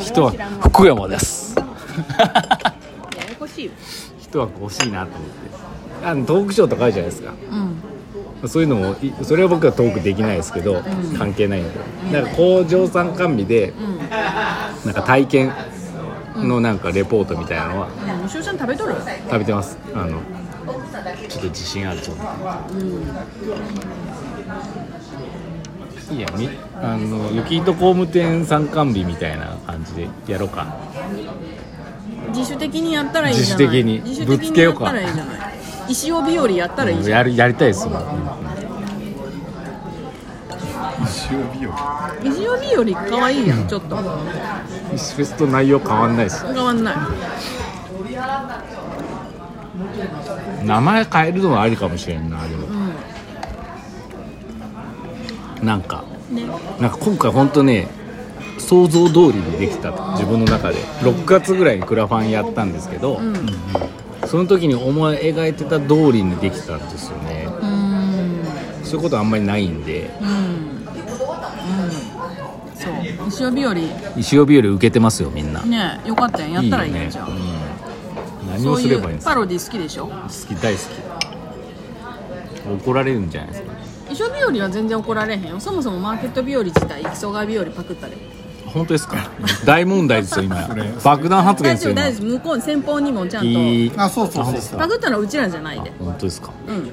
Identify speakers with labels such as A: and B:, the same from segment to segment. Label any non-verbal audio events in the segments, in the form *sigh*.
A: 人は福山です
B: ややこしいよ
A: *laughs* 人は欲しいなと思ってあのトークショーとかあるじゃないですか
B: うん
A: そういうのもいそれは僕はトークできないですけど、関係ないんでなんか工場参観日で、なんか体験のなんかレポートみたいなのは
B: うんおしおちゃん食べとる
A: 食べてますあのちょっと自信あると思う、いいやみあの雪糸工務店参観日みたいな感じでやろうか
B: 自主的にやったらいいじゃない
A: 自主的に
B: 自主
A: ぶ
B: 的
A: つ
B: に
A: け
B: や
A: よう
B: っ
A: か
B: たらいいじゃない石尾日和やったらいいじゃん
A: やるやりたいですよ
C: 石尾美容
B: 石尾日和可愛いやんちょっと
A: フェスと内容変わんないです
B: 変わんない
A: 名前変えるのはありかもしれんなでも、なんか
B: ね
A: なんか今回本当ね想像通りにできたと自分の中で6月ぐらいにクラファンやったんですけど、その時に思い描いてた通りにできたんですよね
B: うん
A: そういうことあんまりないんで
B: うんそう石尾日和
A: 石尾日和受けてますよみんな
B: ねよかったやんやったらいいやん
A: ね
B: じゃん
A: うん、何を
B: そう
A: す
B: い
A: ればいいん
B: う
A: です
B: パ
A: か
B: ロディ好きでしょ
A: 好き大好き怒られるんじゃないですか
B: 衣装日和は全然怒られへんよそもそもマーケット日和自体磯川日和パクったで
A: 本当ですか大問題ですよ今
C: *laughs* それ
A: 爆弾発言
B: 大
A: です
B: 丈
A: よ今
B: 夫大丈夫向こう先方にもちゃんと
A: いい
C: あそうそうそう
B: パクったのはうちらじゃないで
A: 本当ですか
B: うん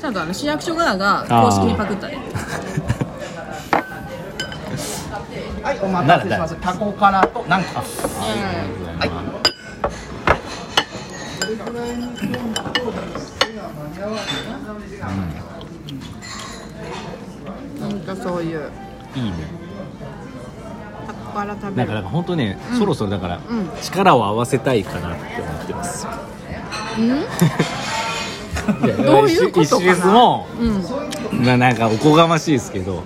B: ちゃんとあの市役所側が公式にパクったで
D: はい、お待たせしました。タコカラとなんか。
B: なんかそういう
A: いいね
B: タコから食
A: なんかなんか本当ね、そろそろだから、
B: ん
A: 力を合わせたいかなって思ってます。いや
B: *laughs* どういうことか
A: 一一
B: な
A: 列も、
B: うん
A: まあなんかおこがましいですけど、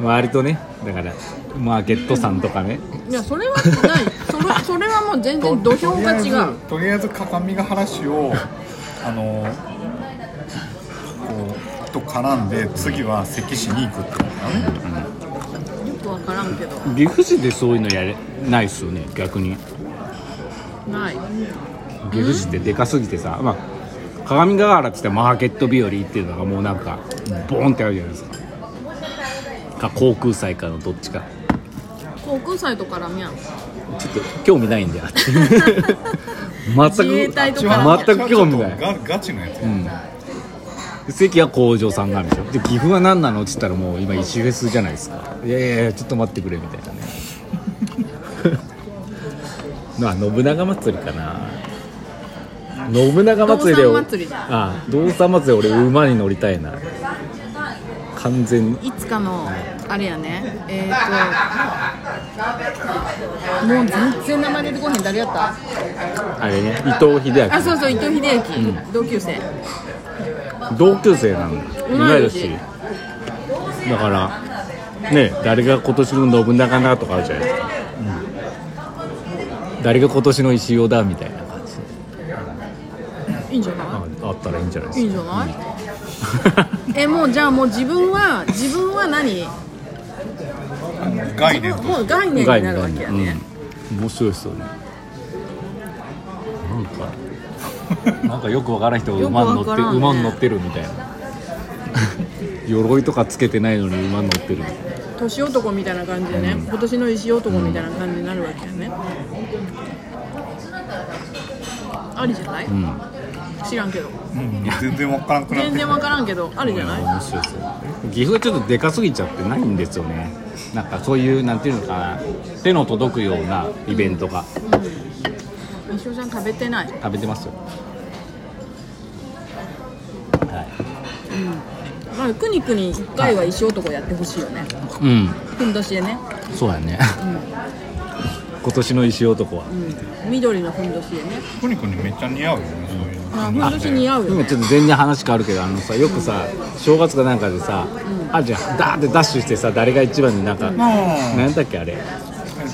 B: う
A: 割とね、だからマーケットさんとかね、
B: んいやそれはないそれそれはもう全然土俵が違う
C: とりあえず各務原市
D: *laughs*
C: をあのこうと絡んで次は関市に行くってことだね
B: よくわからんけど
A: 岐阜市でそういうのやれないっすよね、逆に。
B: ない
A: 岐阜市ってでかすぎてさ、まあ鏡ヶ原っつってマーケット日和っていうのがもうなんかボーンってあるじゃないですか。か航空祭かのどっちか。
B: 航空祭と絡みやん
A: ちょっと興味ない
B: *laughs*
A: んだよ
B: 自衛
A: 全く
B: 隊とか
A: 全く興味な
C: ちょっと
A: い
C: ガガチのやつ、
A: 席は工場さんがあるんですよで岐阜は何なのって言ったらもう今石フェスじゃないですかいやいやいやちょっと待ってくれみたいなね *laughs* まあ信長祭りかな信長祭りで
B: 道産祭りだ
A: ああ道産祭り俺馬に乗りたいな完全に
B: いつかのあれやねえー、ともう全然名前出てこへん誰やった
A: あれね伊藤英明
B: あそうそう伊藤英明、同級生
A: 同級生なんだ
B: 同い年
A: だからね誰が今年の信長なとかあるじゃないですか、誰が今年の石尾だみたいな感じ
B: いいんじゃな
A: ああったらいいんじゃない
B: いいい
A: で
B: ん
A: す
B: じゃ
A: *laughs*
B: ない、
A: か
B: えもうじゃあもう自分は自分は何
C: 概念と
B: もう概念になるわけやね、
A: うん、面白いっすよねなん
B: *laughs*
A: かなんかよくわからん人が馬に乗って
B: よくわからんね
A: 馬に乗ってるみたいな *laughs* 鎧とかつけてないのに馬に乗ってる
B: 年男みたいな感じでね、今年の石男みたいな感じになるわけやね、ありじゃない、知らんけど
C: うん全然わからんくなって
B: 全
C: くる
B: 然わからんけどありじゃない
A: 面白いですよ岐阜がちょっとでかすぎちゃってないんですよねなんかそういうなんていうのかな手の届くようなイベントが
B: 石尾ちゃん食べてない
A: 食べてますよ、はい、
B: まあ、くにくに1回は石男やってほしいよね
A: うん
B: ふんどしでね、
A: そうやね、今年の石男は、
B: うん、緑のふんどしでね
C: くにくにめっちゃ似合うよねそういうの
B: あふんどし似合うよ
A: 今
B: ね
A: ちょっと全然話変わるけどあのさよくさ正月かなんかでさ、あるじゃんダーってダッシュしてさ誰が一番になんか、なん、
C: ああ
A: 何だっけあれ
C: えっ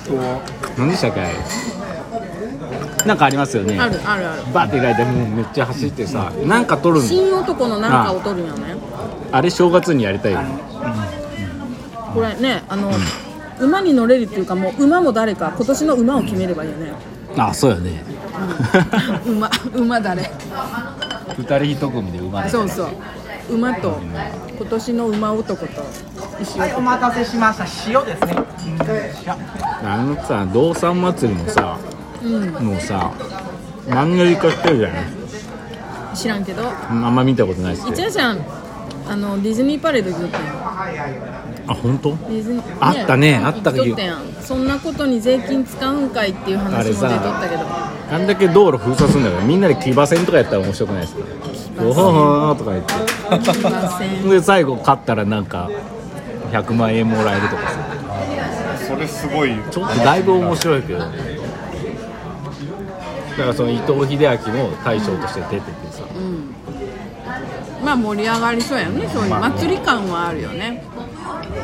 C: と
A: 何でしたっけあれなんかありますよね
B: あるあるある
A: バーって開いてもうめっちゃ走ってさ、なんか撮るんだよ
B: 新男のなんかを取るよね
A: あれ正月にやりたいよね
B: これねあの、馬に乗れるっていうかもう馬も誰か今年の馬を決めればいいよね
A: あそうよね
B: 馬馬誰
A: 2人1組で生まれて
B: そうそう馬と今年の馬男と石
D: はい、お待たせしました。塩ですね。塩。
A: あのさ道産祭りもさ
B: 尾うん
A: もうさ何のりかしてるじゃない
B: 知らんけど
A: あんま見たことないです
B: 一
A: けど
B: 夜ちゃんあのディズニーパレード行ったやん
A: あ本当
B: ディズニー
A: あったねあった
B: 行きとったやんそんなことに税金使うんかいっていう話も出とったけど
A: あんだけ道路封鎖するんだからみんなで騎馬戦とかやったら面白くないですかおほほーとか言っ
B: *laughs* すいませ
A: て
B: ん
A: で最後勝ったらなんか100万円もらえるとかさ
C: それすごい
A: ちょっとだいぶ面白いけどだからその伊藤英明も大将として出ててさ
B: うんまあ盛り上がりそうやんねそういう祭り感はあるよね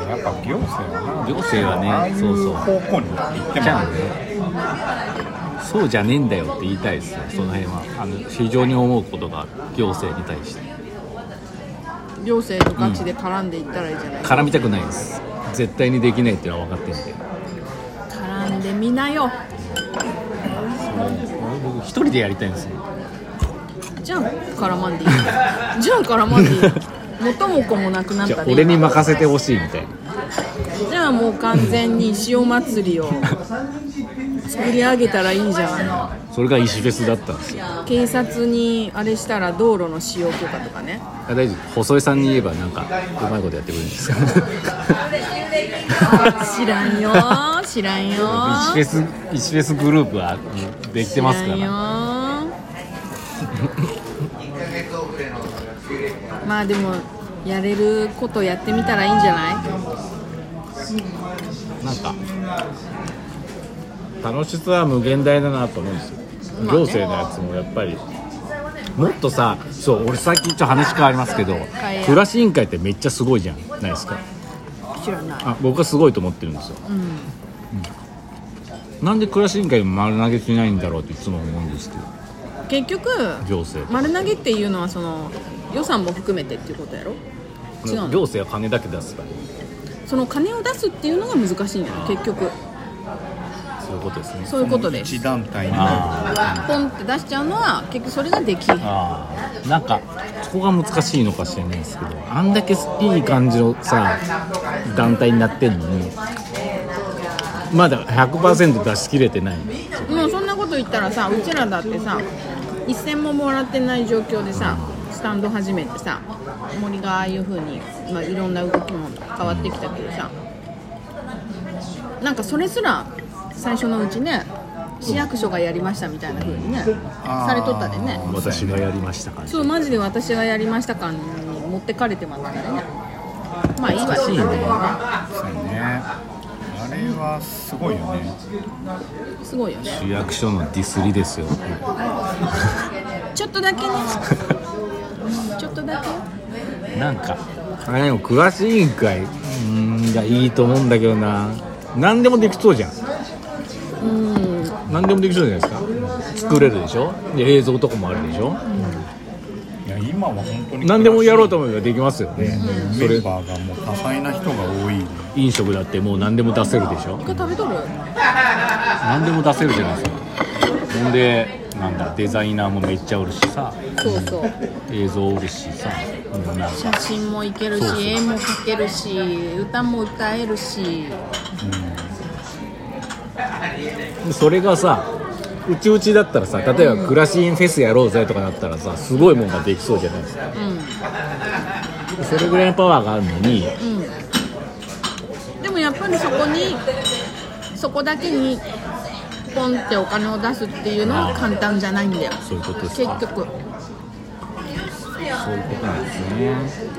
C: やっぱ行政は
A: 行政はねそうそう
C: な方向に行って
A: じゃあ
C: ま
A: ねそうじゃねえんだよって言いたいですねその辺はあの非常に思うことがある行政に対して
B: 行政とガチで絡んでいったらいいじゃない、
A: 絡みたくないです絶対にできないっていうのは分かってるんで
B: 絡んでみなよ
A: 僕一人でやりたいんですよ
B: じゃあ絡ま
A: *laughs*
B: んでいいじゃあ絡まんでいい元も子もなくなっ
A: じゃあ
B: たで
A: 俺に任せてほしいみたいな
B: じゃあもう完全に塩祭りを作り上げたらいいじゃ
A: それが石フェスだったんですよ
B: ん警察にあれしたら道路の使用許可とかね
A: あ大丈夫細江さんに言えばなんかうまいことやってくれるんですか石
B: 知らんよ知らんよ
A: フェス石フェスグループはできてますから
B: 知らんよまあでもやれることやってみたらいいんじゃない
A: なんか楽しさは無限大だなと思うんですよ行政のやつもやっぱりもっとさそう俺最近ちょっと話変わりますけど
B: い
A: 暮らし委員会ってめっちゃすごいじゃないですか
B: 知らない
A: あ僕はすごいと思ってるんですよ、うんなんで暮らし委員会丸投げしないんだろうっていつも思うんですけど
B: 結局
A: 行政
B: 丸投げっていうのはその予算も含めてっていうことやろ違うの
A: 行政は金だけ出すから
B: その金を出すっていうのが難しいんだよ結局
A: そういうことですね
B: そういうことです
C: 一団体に
A: あ
B: ポンって出しちゃうのは結局それができひん
A: あーなんかそこが難しいのかしれないですけどあんだけいい感じのさ団体になってんのにまだ100%出し切れてない
B: もうそんなこと言ったらさうちらだってさ一銭ももらってない状況でさスタンド始めてさ森がああいう風にまあ、いろんな動きも変わってきたけどさなんかそれすら最初のうちね市役所がやりましたみたいな風にねされとったでね
A: 私がやりましたから
B: そうマジで私がやりました感に持ってかれてますからねまあいいわ
A: 難しいね
C: そうねあれはすごいよね
B: すごいよね
A: 市役所のディスりですよ
B: ちょっとだけねちょっとだけよ
A: なんかあれでも暮らし委員会うーんがいいと思うんだけどな何でもできそうじゃん
B: うん
A: 何でもできそうじゃないですか作れるでしょで映像とかもあるでしょ
C: いや今は本当に
A: 何でもやろうと思えばできますよねそ
C: メ
A: れ
C: ンバーがもう多彩な人が多いね
A: 飲食だってもう何でも出せるでしょ
B: 一回食べとる
A: 何でも出せるじゃないですかほんでなんだデザイナーもめっちゃおるしさ
B: そうそう
A: 映像おるしさうんなんか
B: 写真もいける
A: そうそう
B: し絵も描けるし歌も歌えるし
A: それがさうちうちだったらさ例えば暮らしインフェスやろうぜとかなったらさすごいもんができそうじゃないですか
B: う
A: それぐらいのパワーがあるのに
B: んうんでもやっぱりそこにそこだけにポンってお金を出すっていうのは簡単じゃないんだよ
A: そういうことです
B: 結
A: か
B: 局
A: そういうことなんですね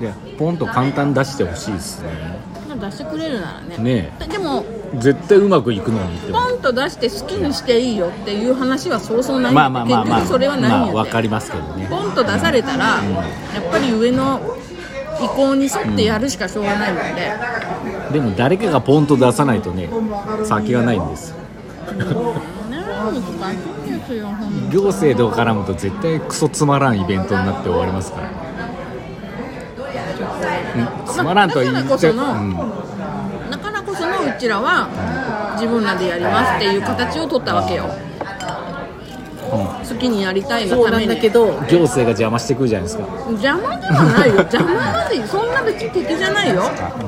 A: いやポンと簡単に出してほしいですね
B: 出してくれるならね
A: ね
B: でも
A: 絶対うまくいくのにって思う
B: ポンと出して好きにしていいよっていう話はそうそうないんだ
A: まあまあまあまあ
B: 結局それはないん
A: ま
B: や
A: あ
B: て
A: わかりますけどね
B: ポンと出されたら、やっぱり上の意向に沿ってやるしかしょうがないので、
A: でも誰かがポンと出さないとね先がないんですよ
B: ね難しいですよほんと
A: 行政と絡むと絶対クソつまらんイベントになって終わりますから、うんつまらんとは言っちゃう、
B: まあだからこそ
A: うん
B: のだからこそちらは自分らでやりますっていう形を取ったわけよ好きにやりたいが
E: そう
B: た
E: な
B: め
E: んだ
B: に
E: けど
A: 行政が邪魔してくるじゃないですか
B: 邪魔ではないよ邪魔までそんな別に敵じゃないよ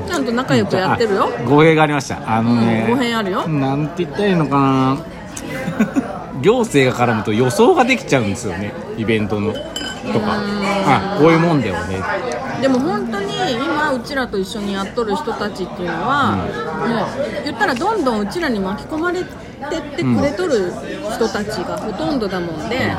B: ちゃんと仲良くやってるよ
A: あ語弊がありましたあのね、
B: うん語弊あるよ
A: なんて言ったらいいのかな行政が絡むと予想ができちゃうんですよねイベントのとかあこういうもんだよね
B: でも本当に今うちらと一緒にやっとる人たちっていうのは、もう言ったらどんどんうちらに巻き込まれてってくれとる人たちがほとんどだもんで、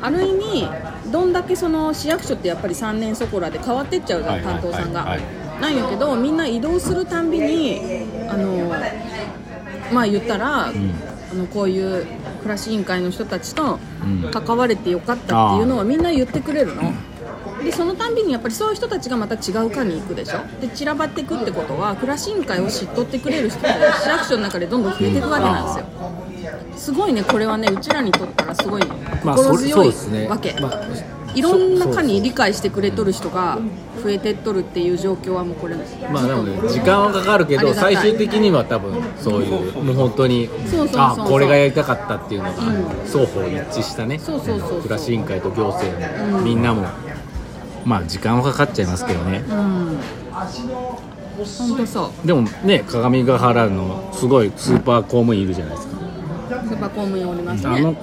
B: ある意味どんだけその市役所ってやっぱり3年そこらで変わってっちゃうじゃん、
A: はいはいはい
B: 担当さんが、
A: はい
B: なんやけどみんな移動するたんびにあのまあ言ったら、あのこういう暮らし委員会の人たちと
A: うん
B: 関われてよかったっていうのはみんな言ってくれるの、でそのたんびにやっぱりそういう人たちがまた違う課に行くでしょで散らばっていくってことは暮らし委員会を知っとってくれる人が市役所の中でどんどん増えていくわけなんですよすごいねこれはねうちらにとったらすごい心強いわけ、
A: まあ
B: いろんな
A: そうそ
B: 課
A: う
B: に理解してくれとる人が増えてっとるっていう状況はもうこれ
A: まあでもね時間はかかるけ
B: あり
A: ど
B: がたい
A: 最終的には多分そういうもう本当に
B: そうそうそう
A: あこれがやりたかったっていうのが
B: うん
A: 双方一致したね
B: そうそうそうそう
A: 暮らし委員会と行政もみんなもまあ時間はかかっちゃいますけどね
B: うん本当そ
A: でもね鏡ヶ原のすごいスーパー公務員いるじゃないですか
B: うスーパー公務員おります
A: あ
B: ね
A: の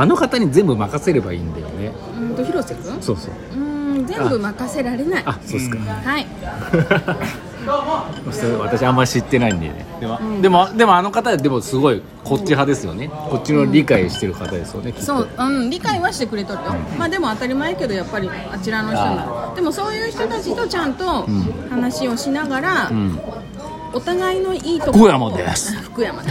A: あの方に全部任せればいいんだよね
B: うんと広瀬君
A: そうそう
B: うん全部任せられない
A: あそうですか、
B: はい
A: それ私あんま知ってないんでねでも,、でもでもあの方でもすごいこっち派ですよねこっちの理解してる方ですよね、きっと
B: そう、うん、理解はしてくれとるよ、まあでも当たり前やけどやっぱりあちらの人なでもそういう人たちとちゃんと話をしながら、
A: ん
B: お互いのいいと
A: 福
B: ころ
A: 山です
B: *laughs* 福山で